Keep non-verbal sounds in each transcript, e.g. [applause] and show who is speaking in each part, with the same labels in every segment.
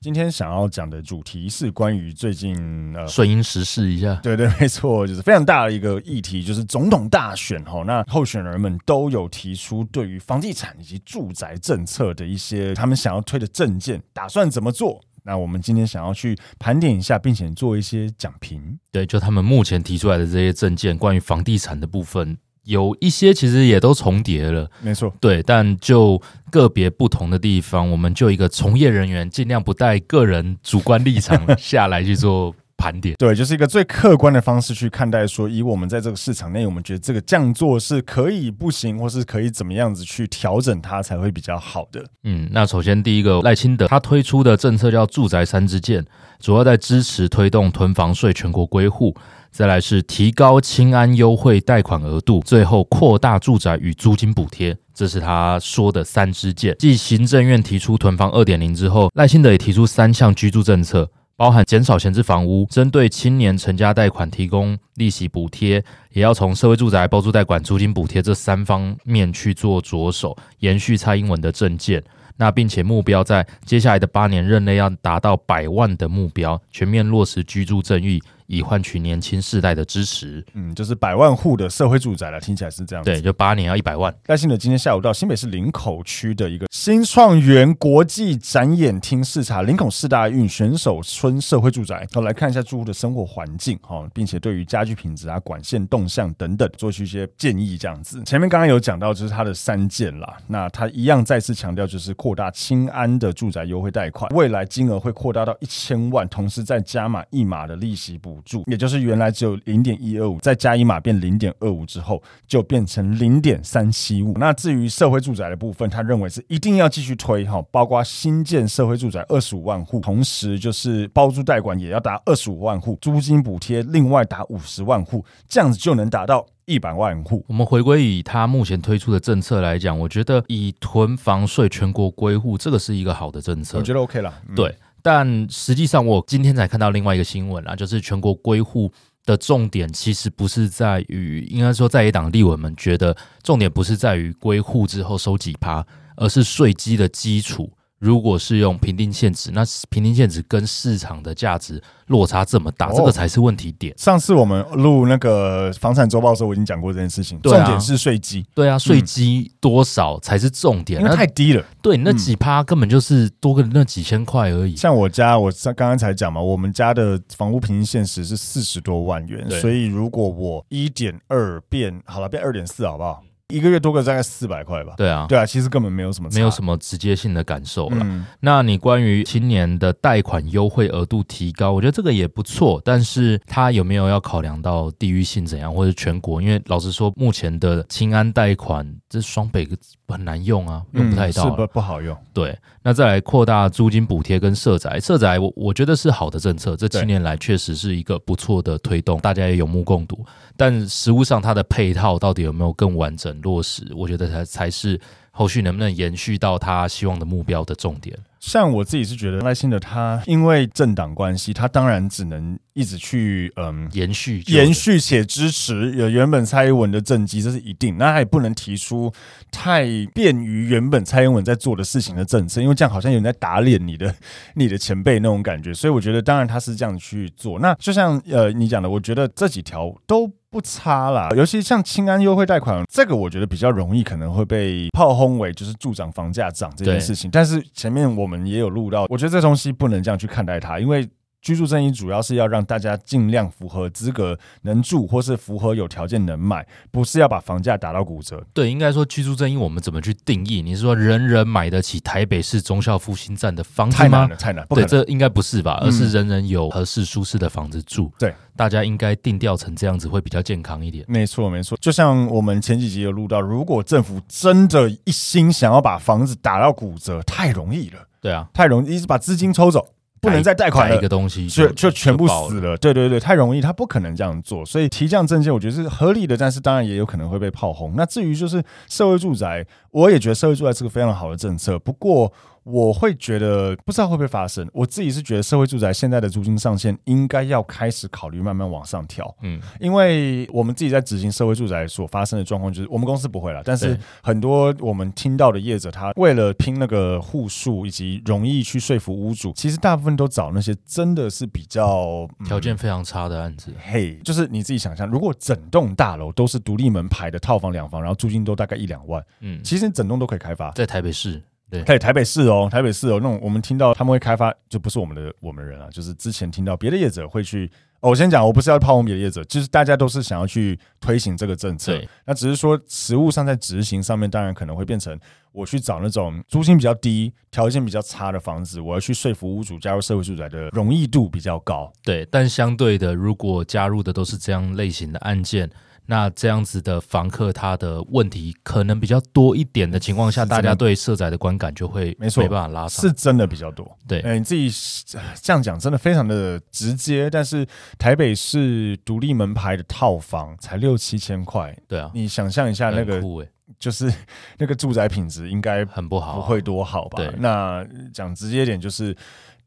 Speaker 1: 今天想要讲的主题是关于最近呃
Speaker 2: 顺应时事一下。
Speaker 1: 对对， [laughs] 没错，就是非常大的一个议题，就是总统大选哈。那候选人们都有提出对于房地产以及住宅政策的一些他们想要推的政见，打算怎么做？那我们今天想要去盘点一下，并且做一些讲评。
Speaker 2: 对，就他们目前提出来的这些证件，关于房地产的部分，有一些其实也都重叠了。
Speaker 1: 没错，
Speaker 2: 对，但就个别不同的地方，我们就一个从业人员，尽量不带个人主观立场下来去做盘点。
Speaker 1: 对，就是一个最客观的方式去看待说，以我们在这个市场内，我们觉得这个这样做是可以不行，或是可以怎么样子去调整它才会比较好的。
Speaker 2: 嗯，那首先第一个赖清德他推出的政策叫“住宅三支箭”，主要在支持推动囤房税全国归户，再来是提高清安优惠贷款额度，最后扩大住宅与租金补贴。这是他说的三支箭。继行政院提出囤房二点零之后，赖清德也提出三项居住政策，包含减少闲置房屋，针对青年成家贷款提供利息补贴，也要从社会住宅、包租贷款、租金补贴这三方面去做着手，延续蔡英文的政见。那并且目标在接下来的八年任内要达到百万的目标，全面落实居住正义，以换取年轻世代的支持。
Speaker 1: 嗯，就是百万户的社会住宅了，听起来是这样子。
Speaker 2: 对，就八年要一百万。
Speaker 1: 赖幸德今天下午到新北市林口区的一个新创园国际展演厅视察林口四大运选手村社会住宅，好来看一下住户的生活环境哈、哦，并且对于家具品质啊、管线动向等等做出一些建议这样子。前面刚刚有讲到就是它的三件啦，那它一样再次强调就是扩大清安的住宅优惠贷款，未来金额会扩大到一千万，同时再加码一码的利息补助，也就是原来只有零点一二五，再加一码变零点二五之后，就变成零点三七五。那至于社会住宅的部分，他认为是一定要继续推哈，包括新建社会住宅二十五万户，同时就是包租代管也要达二十五万户，租金补贴另外达五十万户，这样子就能达到一百万户。
Speaker 2: 我们回归以他目前推出的政策来讲，我觉得以囤房税全国归户，这个是一个好的政策
Speaker 1: 我。觉得 OK 了，嗯
Speaker 2: 对，但实际上我今天才看到另外一个新闻啊，就是全国归户的重点其实不是在于，应该说在野党立委们觉得重点不是在于归户之后收几趴，而是税基的基础。如果是用评定现值，那评定现值跟市场的价值落差这么大，
Speaker 1: 哦
Speaker 2: 这个才是问题点。
Speaker 1: 上次我们录那个房产周报的时候，我已经讲过这件事情，
Speaker 2: 对啊
Speaker 1: 重点是税基，
Speaker 2: 对啊，税基多少才是重点？
Speaker 1: 因为
Speaker 2: 那
Speaker 1: 太低了。
Speaker 2: 对你那几趴根本就是多个那几千块而已。
Speaker 1: 像我家，我上刚刚才讲嘛，我们家的房屋平均现实是四十多万元，
Speaker 2: 对
Speaker 1: 所以如果我一点二变好了，变二点四好不好？一个月多个大概四百块吧。
Speaker 2: 嗯对啊，
Speaker 1: 对啊，其实根本没有什么差，
Speaker 2: 没有什么直接性的感受了。
Speaker 1: 嗯，
Speaker 2: 那你关于青年的贷款优惠额度提高，我觉得这个也不错，但是它有没有要考量到地域性怎样，或者全国？因为老实说，目前的清安贷款这双北很难用啊，用不太
Speaker 1: 嗯
Speaker 2: 到
Speaker 1: 是
Speaker 2: 了、
Speaker 1: 不不好用。
Speaker 2: 对，那再来扩大租金补贴跟社宅，社宅我我觉得是好的政策，这
Speaker 1: 对
Speaker 2: 七年来确实是一个不错的推动，大家也有目共睹。但实物上它的配套到底有没有更完整落实，我觉得才才是后续能不能延续到他希望的目标的重点。
Speaker 1: 像我自己是觉得赖幸德他因为政党关系，他当然只能一直去嗯
Speaker 2: 延续旧的
Speaker 1: 延续且支持呃原本蔡英文的政绩，这是一定。那他也不能提出太便于原本蔡英文在做的事情的政策，因为这样好像有人在打脸你的你的前辈那种感觉。所以我觉得，当然他是这样去做。那就像呃你讲的，我觉得这几条都不差啦，尤其像清安优惠贷款，这个我觉得比较容易，可能会被炮轰为就是助长房价涨这件事情。但是前面我们也有录到，我觉得这东西不能这样去看待它，因为居住正义主要是要让大家尽量符合资格能住，或是符合有条件能买，不是要把房价打到骨折。
Speaker 2: 对，应该说居住正义我们怎么去定义？你是说人人买得起台北市忠孝复兴站的房
Speaker 1: 太难
Speaker 2: 子吗
Speaker 1: 了，？太难，不可
Speaker 2: 对，
Speaker 1: 能。
Speaker 2: 这应该不是吧？
Speaker 1: 嗯
Speaker 2: 而是人人有合适舒适的房子住。
Speaker 1: 对，
Speaker 2: 大家应该定调成这样子会比较健康一点。
Speaker 1: 没错，没错。就像我们前几集有录到，如果政府真的一心想要把房子打到骨折，太容易了，
Speaker 2: 对啊，
Speaker 1: 太容易，一直把资金抽走，不能再贷款
Speaker 2: 哎改
Speaker 1: 了
Speaker 2: 一个。东西
Speaker 1: 就就全部
Speaker 2: 爆了
Speaker 1: 死了，对对对，太容易，他不可能这样做，所以提降政见，我觉得是合理的，但是当然也有可能会被炮轰。那至于就是社会住宅，我也觉得社会住宅是个非常好的政策，不过我会觉得不知道会不会发生，我自己是觉得社会住宅现在的租金上限应该要开始考虑慢慢往上调，
Speaker 2: 嗯，
Speaker 1: 因为我们自己在执行社会住宅所发生的状况，就是我们公司不会了，但是
Speaker 2: 对
Speaker 1: 很多我们听到的业者，他为了拼那个户数以及容易去说服屋主，其实大部分都找那些真的是比较、嗯
Speaker 2: 条件非常差的案子，
Speaker 1: 嘿就是你自己想象，如果整栋大楼都是独立门牌的套房、两房，然后租金都大概一两万，
Speaker 2: 嗯，
Speaker 1: 其实整栋都可以开发。
Speaker 2: 在台北市，对，
Speaker 1: 对，台北市哦，台北市哦，那种我们听到他们会开发，就不是我们的我们人啊，就是之前听到别的业者会去。哦，我先讲，我不是要炮轰别的业者，就是大家都是想要去推行这个政策
Speaker 2: 对，
Speaker 1: 那只是说实物上在执行上面，当然可能会变成我去找那种租金比较低、条件比较差的房子，我要去说服屋主加入社会住宅的容易度比较高。
Speaker 2: 对，但相对的，如果加入的都是这样类型的案件，那这样子的房客他的问题可能比较多一点的情况下，
Speaker 1: 是真的
Speaker 2: 大家对社宅的观感就会
Speaker 1: 没错
Speaker 2: 办法拉上。
Speaker 1: 是真的比较多。
Speaker 2: 啊对
Speaker 1: 哎、你自己呃这样讲真的非常的直接，但是台北市独立门牌的套房才六七千块，
Speaker 2: 对啊，
Speaker 1: 你想象一下那
Speaker 2: 很
Speaker 1: 个
Speaker 2: 酷欸
Speaker 1: 就是 [laughs] 那个住宅品质应该
Speaker 2: 很不好啊，
Speaker 1: 不会多好吧
Speaker 2: 对？
Speaker 1: 那讲直接一点就是。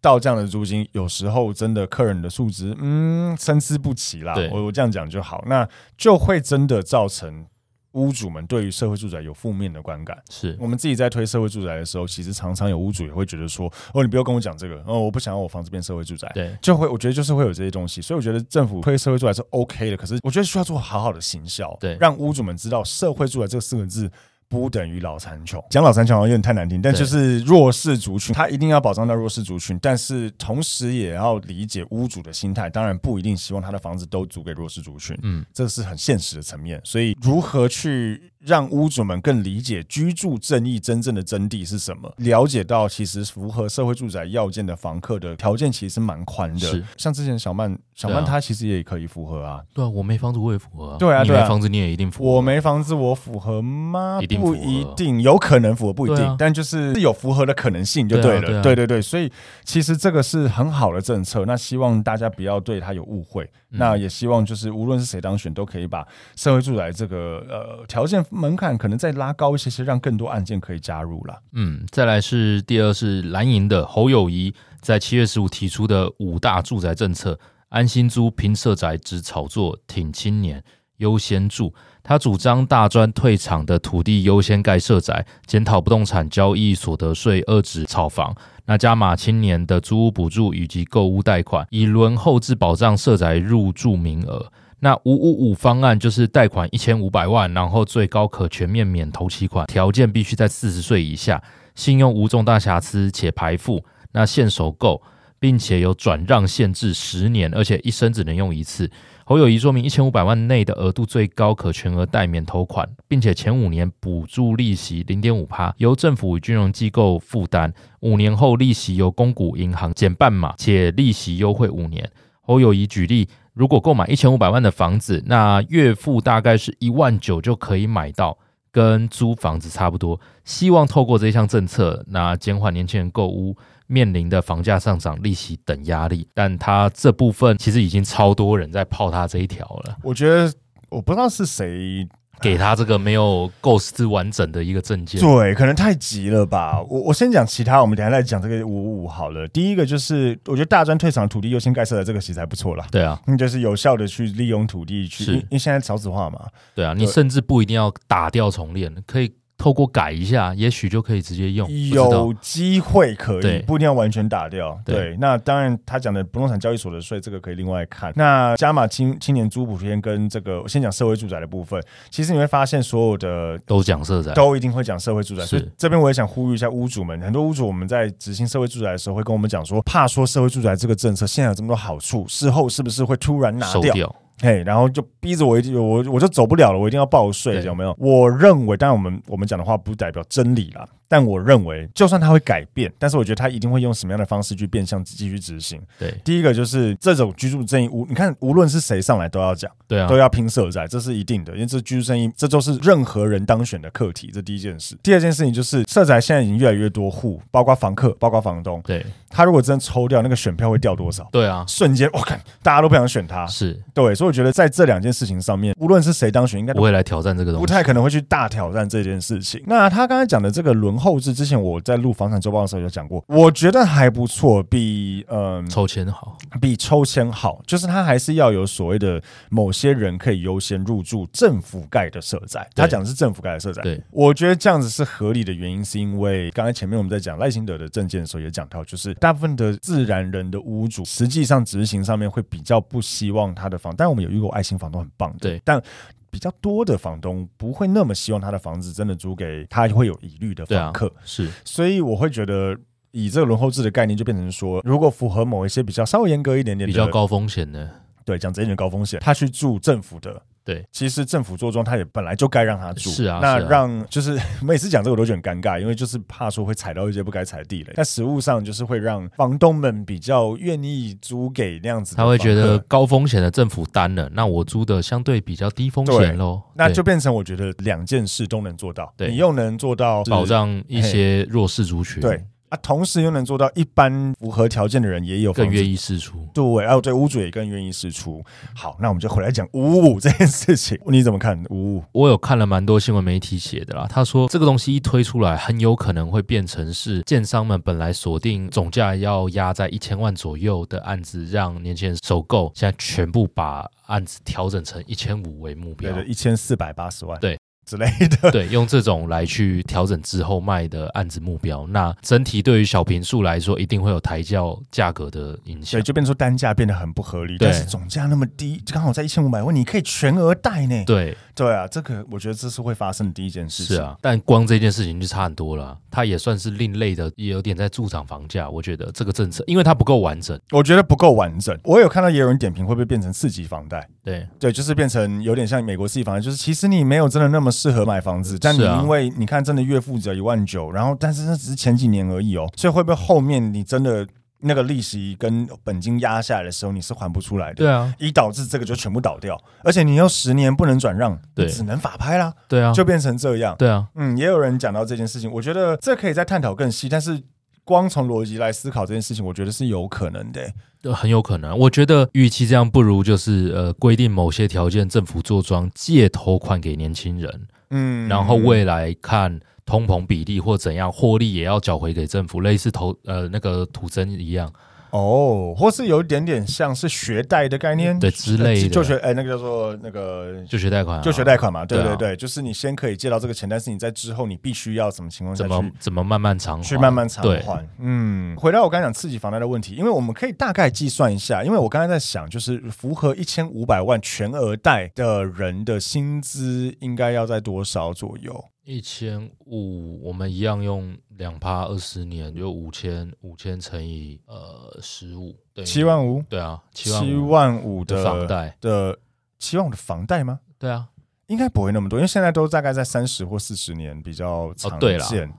Speaker 1: 到这样的租金，有时候真的客人的素质，嗯，参差不齐啦
Speaker 2: 对。
Speaker 1: 我我这样讲就好，那就会真的造成屋主们对于社会住宅有负面的观感。
Speaker 2: 是
Speaker 1: 我们自己在推社会住宅的时候，其实常常有屋主也会觉得说：“哦，你不要跟我讲这个，哦，我不想要我房子变社会住宅。”
Speaker 2: 对
Speaker 1: 就会我觉得就是会有这些东西，所以我觉得政府推社会住宅是 OK 的，可是我觉得需要做好好的行销，
Speaker 2: 对
Speaker 1: 让屋主们知道社会住宅这四个字。不等于老残穷，讲老残穷好像有点太难听，但
Speaker 2: 对
Speaker 1: 就是弱势族群，他一定要保障到弱势族群，但是同时也要理解屋主的心态，当然不一定希望他的房子都租给弱势族群，
Speaker 2: 嗯，
Speaker 1: 这是很现实的层面。所以，如何去让屋主们更理解居住正义真正的真谛是什么？了解到其实符合社会住宅要件的房客的条件其实是蛮宽的
Speaker 2: 是。
Speaker 1: 像之前小曼，小
Speaker 2: 对
Speaker 1: 曼
Speaker 2: 啊
Speaker 1: 她其实也可以符合啊。
Speaker 2: 对啊，我没房子我也符合、啊，
Speaker 1: 对啊
Speaker 2: 你
Speaker 1: 对啊
Speaker 2: 没房子你也一定符合，
Speaker 1: 我没房子，我符合吗？
Speaker 2: 一定符
Speaker 1: 不
Speaker 2: 合
Speaker 1: 一定，有可能符合，不一定，
Speaker 2: 对啊
Speaker 1: 但就是有符合的可能性就对了。
Speaker 2: 对啊对啊
Speaker 1: 对对对，所以其实这个是很好的政策，那希望大家不要对它有误会。
Speaker 2: 嗯
Speaker 1: 那也希望就是无论是谁当选，都可以把社会住宅这个呃条件门槛可能再拉高一些些，让更多案件可以加入啦。
Speaker 2: 嗯，再来是第二是蓝营的侯友谊在七月十五提出的五大住宅政策：安心租、拼社宅、只炒作、挺青年、优先住。他主张大专退场的土地优先盖社宅，检讨不动产交易所得税遏制炒房。那加码青年的租屋补助以及购屋贷款，以轮后置保障社宅入住名额。那五五五方案就是贷款一千五百万，然后最高可全面免头期款，条件必须在四十岁以下，信用无重大瑕疵且排付，那限首购，并且有转让限制十年，而且一生只能用一次。侯友谊说明，一千五百万内的额度最高可全额贷免头款，并且前五年补助利息零点五趴，由政府与金融机构负担，五年后利息由公股银行减半码，且利息优惠五年。侯友谊举例，如果购买一千五百万的房子，那月付大概是一万九就可以买到，跟租房子差不多。希望透过这项政策，那减缓年轻人购屋面临的房价上涨、利息等压力。但他这部分其实已经超多人在泡他这一条了，
Speaker 1: 我觉得我不知道是谁
Speaker 2: 给他这个没有构思完整的一个证件。
Speaker 1: 对，可能太急了吧。我我先讲其他，我们等一下再讲这个五五好了。第一个就是，我觉得大专退场土地优先盖社宅这个其实还不错啦。
Speaker 2: 对啊，
Speaker 1: 嗯，就是有效的去利用土地去，
Speaker 2: 是
Speaker 1: 因因为现在少子化嘛，
Speaker 2: 对啊，你甚至不一定要打掉重练，可以透过改一下，也许就可以直接用。不知道
Speaker 1: 有机会可以，
Speaker 2: 对
Speaker 1: 不一定要完全打掉。对，
Speaker 2: 对
Speaker 1: 那当然他讲的不动产交易所得税，这个可以另外看。那加码青青年租补贴跟这个，我先讲社会住宅的部分，其实你会发现所有的。
Speaker 2: 都讲色彩，
Speaker 1: 都一定会讲社会住宅，所以
Speaker 2: 是
Speaker 1: 这边我也想呼吁一下屋主们，很多屋主我们在执行社会住宅的时候，会跟我们讲说，怕说社会住宅这个政策现在有这么多好处，事后是不是会突然拿
Speaker 2: 收
Speaker 1: 掉？
Speaker 2: 掉，
Speaker 1: 嘿，然后就逼着我一定我我就走不了了，我一定要报税，
Speaker 2: 对
Speaker 1: 有没有？我认为，当然我们我们讲的话不代表真理啦，但我认为，就算它会改变，但是我觉得它一定会用什么样的方式去变相继续执行。
Speaker 2: 对
Speaker 1: 第一个就是这种居住正义无，你看无论是谁上来都要讲，
Speaker 2: 对啊
Speaker 1: 都，要拼色在，这是一定的，因为这居住正义，这就是任何人当选的课题，这第一件事。第二件事情就是色彩现在已经越来越多户，包括房客，包括房东，
Speaker 2: 对
Speaker 1: 他如果真的抽掉，那个选票会掉多少？
Speaker 2: 对啊，
Speaker 1: 瞬间，我、看大家都不想选他，
Speaker 2: 是
Speaker 1: 对，所以我觉得在这两件事情上面，无论是谁当选，应该
Speaker 2: 不
Speaker 1: 都
Speaker 2: 会来挑战这个
Speaker 1: 不
Speaker 2: 东西，
Speaker 1: 太可能会去大挑战这件事情。那他刚才讲的这个轮候制，之前我在录房产周报的时候有讲过，我觉得还不错，比嗯、
Speaker 2: 抽签好，
Speaker 1: 比抽签好，就是他还是要有所谓的某些人可以优先入住政府盖的社宅。
Speaker 2: 对
Speaker 1: 他讲的是政府盖的社宅，
Speaker 2: 对，
Speaker 1: 我觉得这样子是合理的原因，是因为刚才前面我们在讲赖清德的证件的时候也讲到，就是大部分的自然人的屋主，实际上执行上面会比较不希望他的房，但我们有遇过爱心房东很棒的，
Speaker 2: 对
Speaker 1: 但。比较多的房东不会那么希望他的房子真的租给他会有疑虑的
Speaker 2: 对啊
Speaker 1: 房客，，
Speaker 2: 是
Speaker 1: 所以我会觉得，以这个轮候制的概念，就变成说，如果符合某一些比较稍微严格一点点的
Speaker 2: 比较，高风险的，
Speaker 1: 对，讲直接点高风险，他去住政府的。
Speaker 2: 对，
Speaker 1: 其实政府做庄，他也本来就该让他住。
Speaker 2: 是啊
Speaker 1: 那
Speaker 2: 是啊
Speaker 1: 让就是 [laughs] 每次讲这个我都觉得很尴尬，因为就是怕说会踩到一些不该踩的地雷。但实物上就是会让房东们比较愿意租给那样子的
Speaker 2: 他
Speaker 1: 房客，
Speaker 2: 会觉得高风险的政府担了，那我租的相对比较低风
Speaker 1: 对
Speaker 2: 险喽，
Speaker 1: 那
Speaker 2: 对
Speaker 1: 就变成我觉得两件事都能做到，
Speaker 2: 对
Speaker 1: 你又能做到
Speaker 2: 保
Speaker 1: 障，
Speaker 2: 障一些弱势族群，
Speaker 1: 对，啊，同时又能做到一般符合条件的人也有
Speaker 2: 更
Speaker 1: 房子
Speaker 2: 愿意试出。
Speaker 1: 对，还有对屋主也更愿意试出。好，那我们就回来讲五五这件事情，你怎么看五五？
Speaker 2: 我有看了蛮多新闻媒体写的啦，他说这个东西一推出来，很有可能会变成是建商们本来锁定总价要压在一千万左右的案子，让年轻人首购，现在全部把案子调整成一千五为目
Speaker 1: 对
Speaker 2: 标
Speaker 1: 的，，一千四百八十万，
Speaker 2: 对
Speaker 1: 之类的。
Speaker 2: 对，用这种来去调整之后卖的案子目标，那整体对于小平数来说，一定会有抬轿价格的影
Speaker 1: 对，
Speaker 2: 响。
Speaker 1: 就变成说单价变得很不合理，
Speaker 2: 对
Speaker 1: 但是总价那么低，刚好在一千五百万，你可以全额贷呢。
Speaker 2: 对，
Speaker 1: 对啊，这个我觉得这是会发生的第一件事情。
Speaker 2: 是，啊，但光这件事情就差很多了啊。它也算是另类的，也有点在助长房价。我觉得这个政策，因为它不够完整。
Speaker 1: 我觉得不够完整。我有看到也有人点评，会不会变成四级房贷？
Speaker 2: 对，
Speaker 1: 对，就是变成有点像美国四级房贷，就是其实你没有真的那么适合买房子，但你
Speaker 2: 是啊
Speaker 1: 因为你看真的月付只要一万九，然后但是那只是前几年而已哦，所以会不会后面你真的那个利息跟本金压下来的时候，你是还不出来的？
Speaker 2: 对啊，
Speaker 1: 以导致这个就全部倒掉，而且你又十年不能转让，
Speaker 2: 对
Speaker 1: 你只能法拍啦，
Speaker 2: 对啊，
Speaker 1: 就变成这样。
Speaker 2: 对啊，
Speaker 1: 嗯，也有人讲到这件事情，我觉得这可以再探讨更细，但是光从逻辑来思考这件事情，我觉得是有可能的、
Speaker 2: 呃很有可能啊。我觉得，与其这样，不如就是呃，规定某些条件，政府做庄借头款给年轻人，
Speaker 1: 嗯，
Speaker 2: 然后未来看通膨比例或怎样，获利也要缴回给政府，类似投呃那个土增一样。
Speaker 1: 哦，或是有一点点像是学贷的概念，
Speaker 2: 对之类的
Speaker 1: 就学哎、那个叫做那个
Speaker 2: 就学贷款、啊，
Speaker 1: 就学贷款嘛，对
Speaker 2: 对
Speaker 1: 对
Speaker 2: 啊
Speaker 1: 对，就是你先可以借到这个钱，但是你在之后你必须要什么情况下
Speaker 2: 怎么
Speaker 1: 去
Speaker 2: 怎么慢慢偿还，
Speaker 1: 去慢慢偿
Speaker 2: 对
Speaker 1: 还。嗯，回到我刚才讲刺激房贷的问题，因为我们可以大概计算一下，因为我刚才在想，就是符合一千五百万全额贷的人的薪资应该要在多少左右？
Speaker 2: 一千五，我们一样用两趴二十年，就五千，五千乘以呃十五，对，
Speaker 1: 七，万五，
Speaker 2: 对啊，七万
Speaker 1: 七
Speaker 2: 五
Speaker 1: 万五的
Speaker 2: 的房贷，
Speaker 1: 的七万五的房贷吗？
Speaker 2: 对啊，
Speaker 1: 应该不会那么多，因为现在都大概在三十或四十年比较常
Speaker 2: 哦对啦
Speaker 1: 见。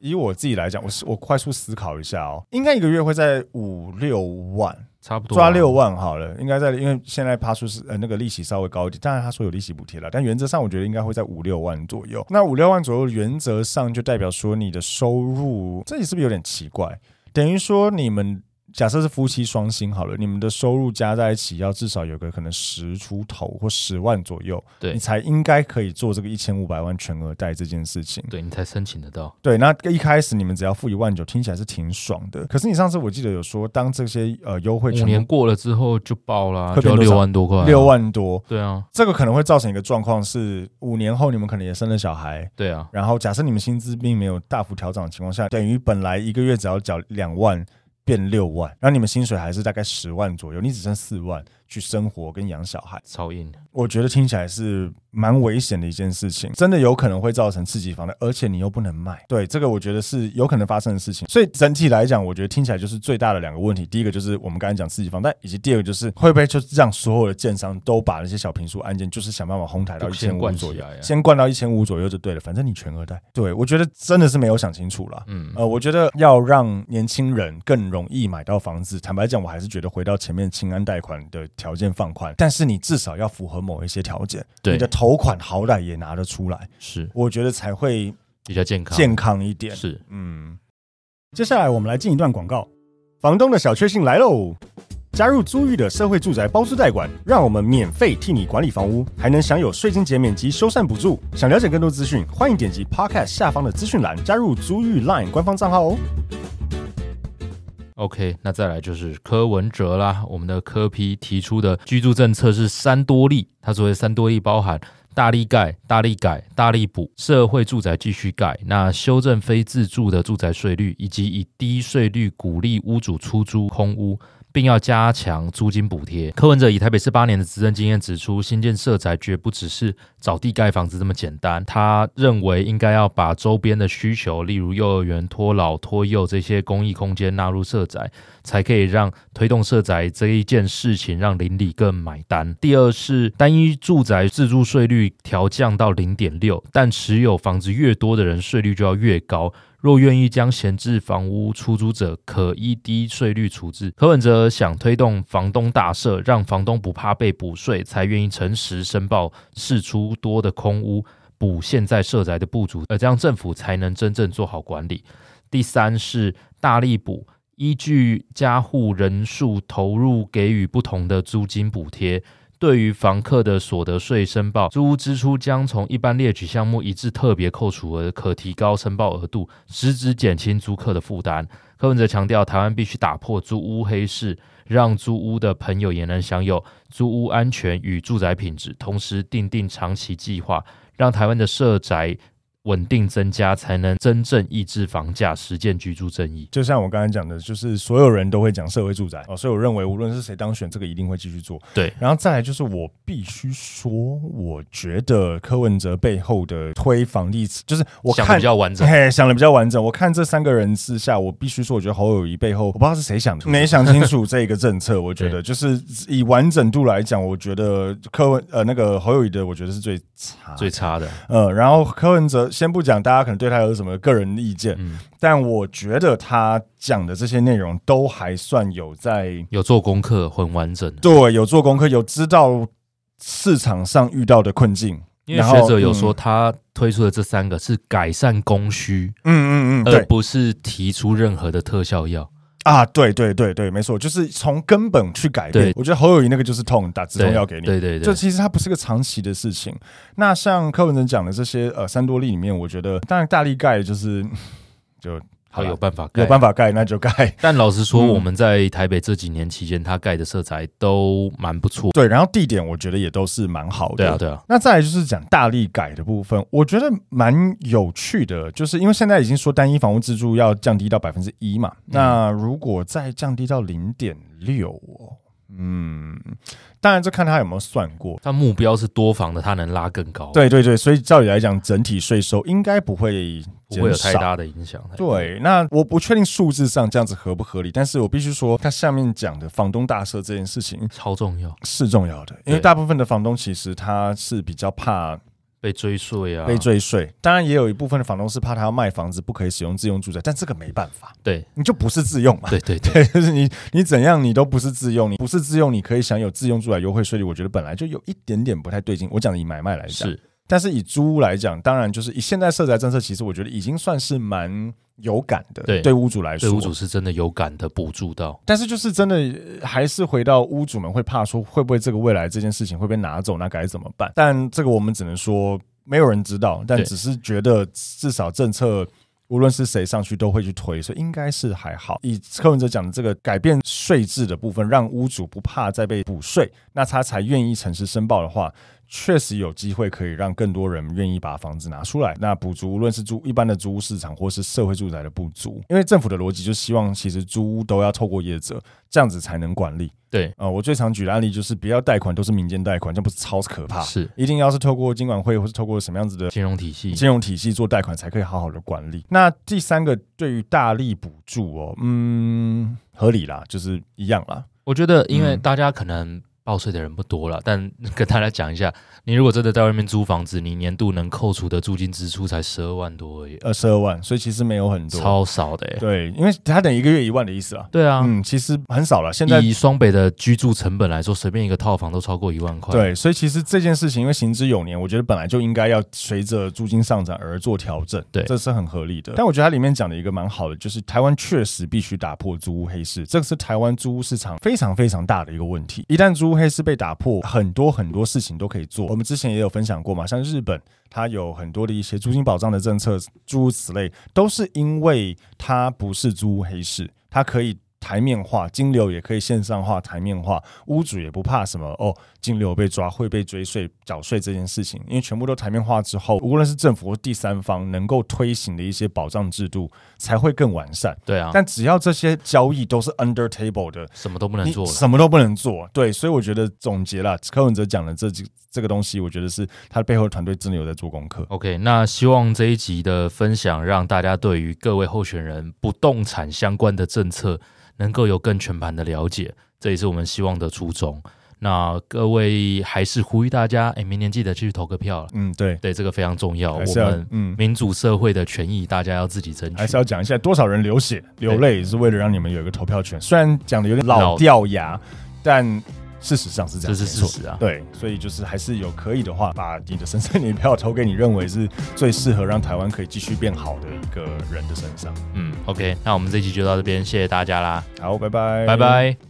Speaker 1: 以我自己来讲，我是我快速思考一下哦，应该一个月会在五六万，
Speaker 2: 差不多啊
Speaker 1: 抓六，万好了，应该在因为现在趴数是呃那个利息稍微高一点，当然他说有利息补贴了，但原则上我觉得应该会在五六万左右。那五六万左右，原则上就代表说你的收入，这里是不是有点奇怪？等于说你们假设是夫妻双薪好了，你们的收入加在一起要至少有个可能十出头或十万左右，
Speaker 2: 对
Speaker 1: 你才应该可以做这个一千五百万全额贷这件事情。
Speaker 2: 对你才申请得到。
Speaker 1: 对，那一开始你们只要付一万九，听起来是挺爽的。可是你上次我记得有说，当这些呃优惠
Speaker 2: 五
Speaker 1: 全
Speaker 2: 年
Speaker 1: 部
Speaker 2: 过了之后就爆啦，
Speaker 1: 会变
Speaker 2: 就要
Speaker 1: 多少
Speaker 2: 六万多块、啊
Speaker 1: 六，万多，
Speaker 2: 对啊，
Speaker 1: 这个可能会造成一个状况是，五年后你们可能也生了小孩，
Speaker 2: 对啊，
Speaker 1: 然后假设你们薪资并没有大幅调整的情况下，等于本来一个月只要缴两万变六万，然后你们薪水还是大概十万左右，你只剩四万去生活跟养小孩，
Speaker 2: 超硬。
Speaker 1: 我觉得听起来啊是蛮危险的一件事情，真的有可能会造成刺激房贷，而且你又不能卖，对这个我觉得是有可能发生的事情。所以整体来讲，我觉得听起来就是最大的两个问题，第一个就是我们刚才讲刺激房贷，以及第二个就是会不会就让所有的建商都把那些小平数案件，就是想办法哄抬到一
Speaker 2: 就
Speaker 1: 千
Speaker 2: 先
Speaker 1: 五
Speaker 2: 灌起
Speaker 1: 左右
Speaker 2: 来啊，
Speaker 1: 先灌到一千五左右就对了，反正你全额贷。对我觉得真的是没有想清楚啦。
Speaker 2: 嗯，
Speaker 1: 呃，我觉得要让年轻人更容易买到房子，坦白讲，我还是觉得回到前面清安贷款的条件放宽，但是你至少要符合某一些条件，
Speaker 2: 对
Speaker 1: 你的头款好歹也拿得出来，
Speaker 2: 是
Speaker 1: 我觉得才会
Speaker 2: 比较健康，
Speaker 1: 健康一点。
Speaker 2: 是
Speaker 1: 嗯，接下来我们来进一段广告。房东的小确幸来喽！加入租遇的社会住宅包租代管，让我们免费替你管理房屋，还能享有税金减免及修缮补助。想了解更多资讯，欢迎点击 Podcast 下方的资讯栏，加入租遇 Line 官方账号哦。
Speaker 2: OK，那再来就是柯文哲啦，我们的柯批提出的居住政策是三多利，它所谓三多利包含大力盖、大力改、大力补，社会住宅继续盖，那修正非自住的住宅税率，以及以低税率鼓励屋主出租空屋。并要加强租金补贴。柯文哲以台北市八年的执政经验指出，新建社宅绝不只是找地盖房子这么简单。他认为应该要把周边的需求，例如幼儿园、托老、托幼这些公益空间纳入社宅，才可以让推动社宅这一件事情让邻里更买单。第二是单一住宅自住税率调降到零点六，但持有房子越多的人税率就要越高。若愿意将闲置房屋出租者，可依低税率处置。柯文哲想推动房东大赦，让房东不怕被补税，才愿意诚实申报释出多的空屋，补现在社宅的不足，而这样政府才能真正做好管理。第三是大力补，依据家户人数投入给予不同的租金补贴。对于房客的所得税申报，租屋支出将从一般列举项目一致特别扣除额，可提高申报额度，实质减轻租客的负担。柯文哲强调，台湾必须打破租屋黑市，让租屋的朋友也能享有租屋安全与住宅品质，同时定定长期计划，让台湾的社宅稳定增加，才能真正抑制房价，实践居住正义。
Speaker 1: 就像我刚才讲的，就是所有人都会讲社会住宅哦，所以我认为无论是谁当选，这个一定会继续做。
Speaker 2: 对
Speaker 1: 然后再来就是我必须说，我觉得柯文哲背后的推房地，就是我
Speaker 2: 想的
Speaker 1: 看哎
Speaker 2: 比较完整。
Speaker 1: 嘿，想的比较完整。我看这三个人之下，我必须说，我觉得侯友谊背后，
Speaker 2: [laughs]
Speaker 1: 我不知道是谁想的，没想清楚这个政策。我觉得就是以完整度来讲，我觉得柯文呃那个侯友谊的，我觉得是最差
Speaker 2: 最差的，
Speaker 1: 呃，然后柯文哲先不讲，大家可能对他有什么个人意见，
Speaker 2: 嗯
Speaker 1: 但我觉得他讲的这些内容都还算有在
Speaker 2: 有做功课，很完整。
Speaker 1: 对有做功课，有知道市场上遇到的困境。
Speaker 2: 因为
Speaker 1: 然后嗯
Speaker 2: 学者有说，，他推出的这三个是改善供需，
Speaker 1: 嗯嗯嗯嗯，
Speaker 2: 而
Speaker 1: 对
Speaker 2: 不是提出任何的特效药。
Speaker 1: 啊，对对对对，没错，就是从根本去改变
Speaker 2: 对。
Speaker 1: 我觉得侯友谊那个就是痛，打止痛药给你。
Speaker 2: 对对
Speaker 1: 就
Speaker 2: 对，
Speaker 1: 其实它不是个长期的事情。那像柯文哲讲的这些呃三多利里面，我觉得当然大力盖就是就
Speaker 2: 好有办法盖，
Speaker 1: 有办法盖，那就盖。
Speaker 2: 但老实说，
Speaker 1: 嗯
Speaker 2: 我们在台北这几年期间，他盖的色彩都蛮不错。
Speaker 1: 对，然后地点我觉得也都是蛮好的。
Speaker 2: 对啊，对啊，
Speaker 1: 那再来就是讲大力改的部分，我觉得蛮有趣的，就是因为现在已经说单一房屋自住要降低到百分之一
Speaker 2: 嗯
Speaker 1: 嘛，那如果再降低到零点六哦，嗯，当然这看他有没有算过。
Speaker 2: 他目标是多房的，他能拉更高，，
Speaker 1: 对对对，所以照理来讲，整体税收应该不会
Speaker 2: 不会有
Speaker 1: 减
Speaker 2: 太
Speaker 1: 少。
Speaker 2: 大的影响。
Speaker 1: 对，那我不确定数字上这样子合不合理，但是我必须说，他下面讲的房东大赦这件事情
Speaker 2: 超重要，
Speaker 1: 是重要的，因为
Speaker 2: 对啊
Speaker 1: 大部分的房东其实他是比较怕
Speaker 2: 被追税啊，
Speaker 1: 被追税。当然，也有一部分的房东是怕他要卖房子不可以使用自用住宅，但这个没办法， [laughs]
Speaker 2: 对
Speaker 1: 你就不是自用嘛。 [laughs]
Speaker 2: 对对
Speaker 1: 对，
Speaker 2: 对，
Speaker 1: 就是你，你怎样你都不是自用，你不是自用，你可以享有自用住宅优惠税率，我觉得本来就有一点点不太对劲。我讲的以买卖来讲，
Speaker 2: 是
Speaker 1: 但是以租屋来讲，当然就是以现在社宅政策，其实我觉得已经算是蛮有感的，
Speaker 2: 对
Speaker 1: 对屋主来
Speaker 2: 对
Speaker 1: 说，
Speaker 2: 屋主是真的有感的补助到，
Speaker 1: 但是就是真的呃还是回到屋主们会怕说会不会这个未来这件事情会被拿走，那该怎么办？但这个我们只能说没有人知道，但
Speaker 2: 对
Speaker 1: 只是觉得至少政策。无论是谁上去都会去推，所以应该是还好。以柯文哲讲的这个改变税制的部分，让屋主不怕再被补税，那他才愿意诚实申报的话，确实有机会可以让更多人愿意把房子拿出来，那补足无论是租一般的租屋市场或是社会住宅的不足，因为政府的逻辑就希望其实租屋都要透过业者，这样子才能管理。
Speaker 2: 对，
Speaker 1: 呃，我最常举的案例就是不要贷款都是民间贷款，这不是超可怕？
Speaker 2: 是
Speaker 1: 一定要是透过金管会或是透过什么样子的
Speaker 2: 金融体系，
Speaker 1: 啊金融体系做贷款才可以好好的管理。那第三个对于大力补助哦，嗯，合理啦，就是一样啦。
Speaker 2: 我觉得，因为
Speaker 1: 嗯
Speaker 2: 大家可能报税的人不多了，但 [laughs] 跟大家讲一下，你如果真的在外面租房子，你年度能扣除的租金支出才十二万多而已，
Speaker 1: 呃二十二万，所以其实没有很多。
Speaker 2: 超少的、欸。
Speaker 1: 对，因为他等于一个月一万的意思啦。
Speaker 2: 对啊，
Speaker 1: 嗯，其实很少了。现在
Speaker 2: 以双北的居住成本来说，随便一个套房都超过一万块。，
Speaker 1: 对，所以其实这件事情，因为行之有年，我觉得本来就应该要随着租金上涨而做调整，
Speaker 2: 对
Speaker 1: 这是很合理的。但我觉得它里面讲的一个蛮好的，就是台湾确实必须打破租屋黑市，这个是台湾租屋市场非常非常大的一个问题。一旦租屋黑市被打破，很多很多事情都可以做。我们之前也有分享过嘛，像日本。它有很多的一些租金保障的政策，诸如此类，都是因为它不是租屋黑市，它可以台面化，金流也可以线上化、台面化，屋主也不怕什么哦，金流被抓会被追税、缴税这件事情，因为全部都台面化之后，无论是政府或第三方能够推行的一些保障制度才会更完善。
Speaker 2: 对啊，
Speaker 1: 但只要这些交易都是 under table 的，
Speaker 2: 什么都不能
Speaker 1: 你
Speaker 2: 做了。
Speaker 1: 什么都不能做。对，所以我觉得总结了柯文哲讲的这几这个东西，我觉得是他背后的团队真的有在做功课。
Speaker 2: OK，那希望这一集的分享让大家对于各位候选人不动产相关的政策能够有更全盘的了解，这也是我们希望的初衷。那各位还是呼吁大家，哎，明年记得去投个票了。
Speaker 1: 嗯，对，
Speaker 2: 对，这个非常重要。
Speaker 1: 还
Speaker 2: 我
Speaker 1: 是要
Speaker 2: 们
Speaker 1: 嗯
Speaker 2: 民主社会的权益，大家要自己争
Speaker 1: 还是
Speaker 2: 取。
Speaker 1: 要讲一下多少人流血流泪，是为了让你们有一个投票权。虽然讲的有点老
Speaker 2: 老
Speaker 1: 掉牙，但事实上是这
Speaker 2: 这
Speaker 1: 样，
Speaker 2: 是
Speaker 1: 没
Speaker 2: 事
Speaker 1: 错
Speaker 2: 实啊。
Speaker 1: 对，所以就是还是有可以的话，把你的神圣女票投给你认为是最适合让台湾可以继续变好的一个人的身上。
Speaker 2: 嗯，OK，那我们这期就到这边，谢谢大家啦，
Speaker 1: 好，拜拜，
Speaker 2: 拜拜。